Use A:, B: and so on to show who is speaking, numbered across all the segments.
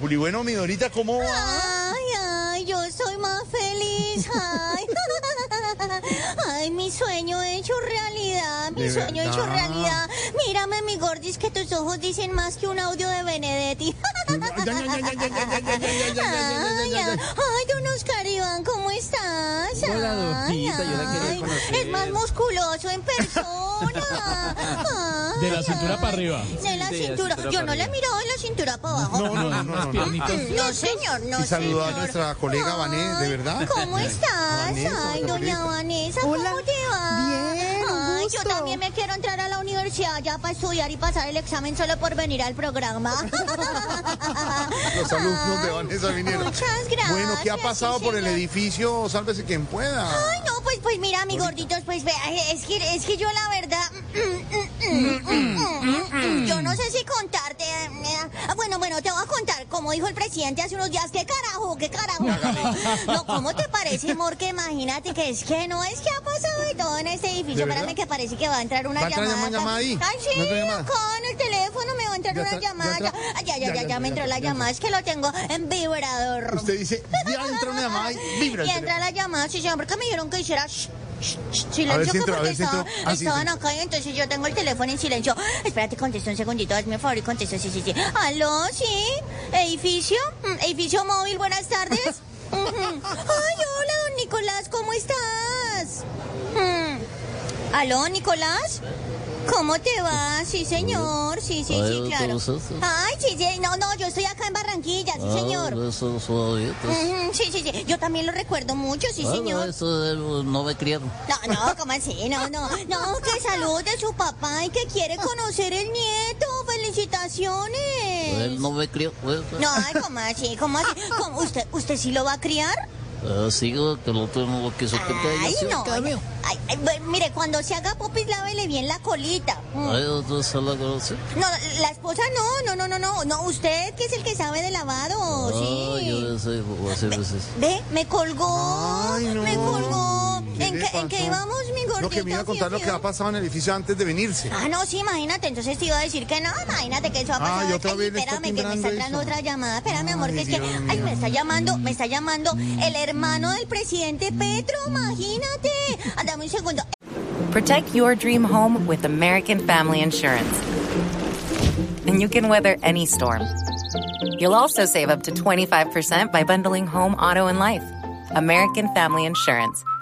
A: Juli, bueno, mi Dorita, ¿cómo va?
B: Ay, ay, yo soy más feliz. Ay, ay mi sueño hecho realidad, mi
A: ¿De
B: sueño
A: verdad?
B: hecho realidad. Mírame, mi gordis, que tus ojos dicen más que un audio de Benedetti. Ah, Ay, ay, ay, don Oscar Iván, ¿cómo estás?
C: Hola, Dorquita, yo la quería
B: ay,
C: conocer.
B: Es más musculoso en persona. Ay,
C: De la cintura
B: ay.
C: para arriba.
B: De la
C: Sí, de la
B: cintura. Yo
C: cintura para
B: no le
C: arriba.
B: miro de la cintura para abajo.
A: No, no, no, no, no, no.
B: No, señor, no,
A: Y saludó a
B: señor.
A: nuestra colega Vané, ¿de verdad?
B: Ah, ¿Cómo estás?
A: Vanessa,
B: Ay,
A: la
B: doña
A: periodista.
B: Vanessa,
D: Hola.
B: ¿cómo te va?
D: Bien, un
B: Ay, yo
D: gusto.
B: también me quiero entrar a la universidad ya para estudiar y pasar el examen solo por venir al programa.
A: Los alumnos de Vanessa vinieron.
B: Muchas gracias.
A: Bueno, ¿qué ha pasado
B: sí,
A: por el
B: señor.
A: edificio? Sálvese quien pueda.
B: Ay, no, pues, pues mira, mi gorditos, pues vea, es que, es que yo la verdad, mm,
A: Mm,
B: yo no sé si contarte. eh, ah, Bueno, bueno, te voy a contar, como dijo el presidente hace unos días, qué carajo, qué carajo. No, ¿cómo te parece, amor? Que imagínate que es que no es que ha pasado de todo en este edificio.
A: verdad?
B: Espérame que parece que va a entrar una
A: ¿Va a entrar
B: llamada.
A: llamada, llamada ahí?
B: Ay, sí,
A: ¿No entra llamada?
B: con el teléfono me va a entrar
A: Ya
B: una
A: está, ya
B: llamada.
A: entra.
B: Ah, Ya, ya,
A: Ya,
B: ya,
A: ya,
B: ya, me
A: ya,
B: entró
A: ya,
B: la
A: ya.
B: llamada, es que lo tengo en vibrador.
A: Usted dice, ya entra una llamada y vibra.
B: Y
A: el
B: entra la llamada, sí, señor, porque me dijeron que hiciera shh, shh, shh, silencio,
A: A ver si
B: que
A: entró, a
B: porque
A: ver si
B: estaba-
A: entró. Ah, sí,
B: estaban
A: sí.
B: acá y entonces yo tengo el teléfono en silencio. Espérate, contesto un segundito, hazme favor y contesto, sí, sí, sí. ¿Aló? ¿Sí? ¿Edificio? Mm, ¿Edificio móvil? Buenas tardes. Ujú. Ay, hola, don Nicolás, ¿cómo estás? Mm. ¿Aló, Nicolás? ¿Cómo te va? Sí, señor. Sí, sí, sí,
E: Ahí,
B: claro.
E: entonces, sí.
B: Ay, sí, sí. No, no, yo estoy acá en Barranquilla, sí, señor.
E: Ah, eso, suavito.
B: Ujú, Mm, Sí, sí, sí. Yo también lo recuerdo mucho, sí,
E: Bueno,
B: señor.
E: Ah, eso es- no me criaron.
B: No, no, ¿cómo así? No, no. No, que salud de su papá y que quiere conocer el nieto.
E: Él
B: ¡Felicitaciones!
E: no me crió. pues, pues.
B: No, ay, ¿cómo así? ¿Cómo así? ¿Cómo? ¿Usted, ¿Usted sí lo va a criar?
E: Ah, sigo, que el otro no lo quiso que te
B: Ay,
E: haya sido
B: no.
E: cambio.
B: Ay, ay, bueno, mire, cuando se haga popis, lávele bien la colita. Mm.
E: Ay, otro se la conoce.
B: No, la esposa no, no, no, no, no. No, usted que es el que sabe de lavado,
E: Ah,
B: Oh, sí.
E: yo ya sé, pues, como hace veces.
B: Ve, me colgó.
A: Ay, no.
B: Me colgó.
A: ¿Qué
B: ¿En
A: le
B: qué, ¿En qué
A: pasó?
B: íbamos, mi gordita?
A: No, que me iba a contar lo que
B: fiu,
A: ha pasado en el edificio antes de venirse.
B: Ah, no, sí, imagínate. Entonces te iba a decir que no, imagínate que eso ha pasado.
A: Ay, otra vez le está
B: espérame, que me
A: timbrando
B: está entrando
A: eso.
B: otra llamada. Espérame, amor, que
A: Ay,
B: es que.
A: Dios
B: Ay,
A: mío.
B: me está llamando, me está llamando el hermano del presidente Petro, imagínate. Ah, dame un segundo.
F: Protect your dream home with American Family Insurance. And you can weather any storm. You'll also save up to 25% by bundling home, auto, and life. American Family Insurance.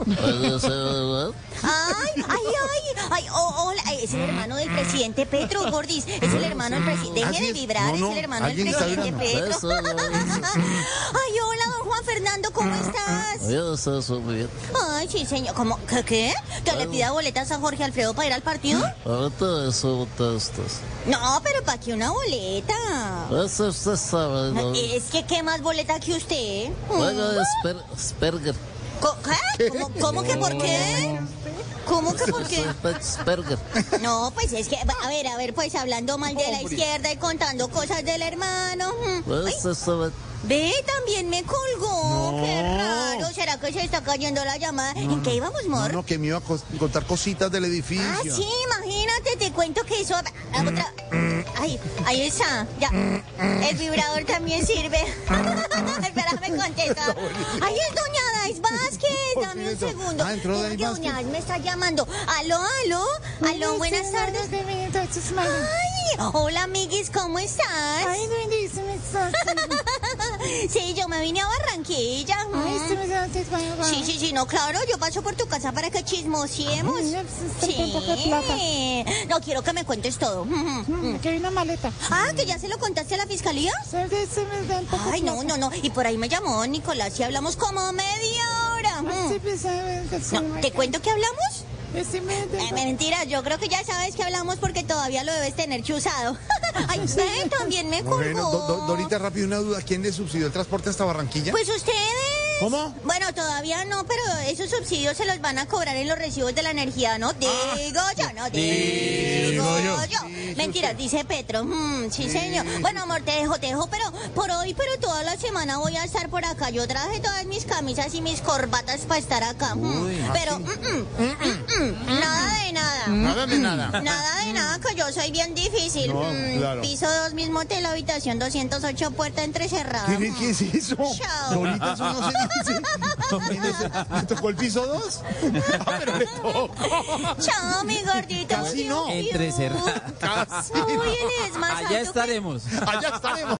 E: Ay, ya sé, ¿verdad?
B: Ay, ay, ay, ay, oh, hola, ay, es el hermano del presidente Petro, Gordis, es el hermano del presidente,
A: Así
B: deje de
A: es.
B: vibrar,
A: No, no,
B: es el hermano del
A: alguien está
B: presidente Petro.
E: vibrando. Eso, eso.
B: Ay, hola, don Juan Fernando, ¿cómo estás?
E: Yo Ah, ya sé, eso muy bien.
B: Ay, sí, señor, ¿cómo? ¿Qué, qué? ¿Que le pida boletas a Jorge Alfredo para ir al partido?
E: Mm. Ahorita eso, testas.
B: No, pero ¿para qué una boleta?
E: Eso usted sabe, ¿no?
B: Es que, ¿qué más boleta que usted? uh. Mm.
E: Bueno, Sper- Sperger.
B: Co- ¿Qué? ¿Cómo, cómo que por qué? ¿Cómo que por qué?
E: Sper- Sperger.
B: No, pues es que, a ver, a ver, pues hablando mal de la izquierda y contando cosas del hermano. mm. Ay,
A: Pues-
E: Eso sabe.
B: Ve, también me colgó. Qué raro. ¿Será que se está cayendo la llamada? ¿En qué íbamos,
A: No,
B: Mor?
A: no, que me iba a cos- contar cositas del edificio.
B: Ah, sí, imagínate, te cuento que eso... la
A: Mm,
B: otra- Ay, ahí está, ya. El vibrador también sirve. Espérame, contesta. Ay, es doña Dais Vázquez,
A: Por
B: dame un
A: fin entró.
B: segundo.
A: Ah, entró
B: Creo
A: Dais
B: que doña
A: Vázquez.
B: Dais me está llamando. Aló, aló, aló, buenas tardes. Ah, Ay, hola, amiguis, ¿cómo estás?
D: Ay, bendísimo
B: ah.
D: estás.
B: Sí, yo me vine a Barranquilla.
D: Ay, se me da antes, vaya, vaya.
B: Sí, sí, sí, no, claro, yo paso por tu casa para que chismosiemos.
D: Ay, pues, está un poco de plata.
B: No quiero que me cuentes todo.
D: Mm, Que hay una maleta.
B: Ah, que ya se lo contaste a la fiscalía.
D: Se me- se me da un poco
B: Ay,
D: de
B: no,
D: plata.
B: no, no. Y por ahí me llamó Nicolás y hablamos como media hora.
D: Ay, pues, se
B: Mm.
D: me sabe que se
B: No,
D: me
B: ¿Te
D: cae.
B: cuento que hablamos?
D: Se me da-
B: Eh, mentira, yo creo que ya sabes que hablamos porque todavía lo debes tener chuzado. Ay, ve, también me
A: Bueno, Do-
B: colgó.
A: Do- Dorita, rápido una duda. ¿Quién le subsidió el transporte hasta Barranquilla?
B: Pues ustedes.
C: ¿Cómo?
B: Bueno, todavía no, pero esos subsidios se los van a cobrar en los recibos de la energía, ¿no? Digo yo, no digo yo. Mentira, dice Petro. Mm, sí, señor. Bueno, amor, te dejo, te dejo, pero por hoy, pero toda la semana voy a estar por acá. Yo traje todas mis camisas y mis corbatas para estar acá. Mm, pero, mm, mm, mm, mm, nada de nada. Mm.
A: Nada de nada.
B: Nada de nada, que yo soy bien difícil.
A: No,
B: Mm,
A: claro.
B: Piso 2, mismo hotel, habitación 208, puerta entrecerrada.
A: ¿Qué, qué es eso?
B: Chao.
A: Solitas uno se dice. ¿Le tocó el piso dos? Ah, pero le tocó.
B: Chao, mi gordito.
A: Casi no.
B: Uy,
C: Entre cerrada.
A: Casi.
B: Uy, él es más alto
C: Allá estaremos.
A: Allá estaremos.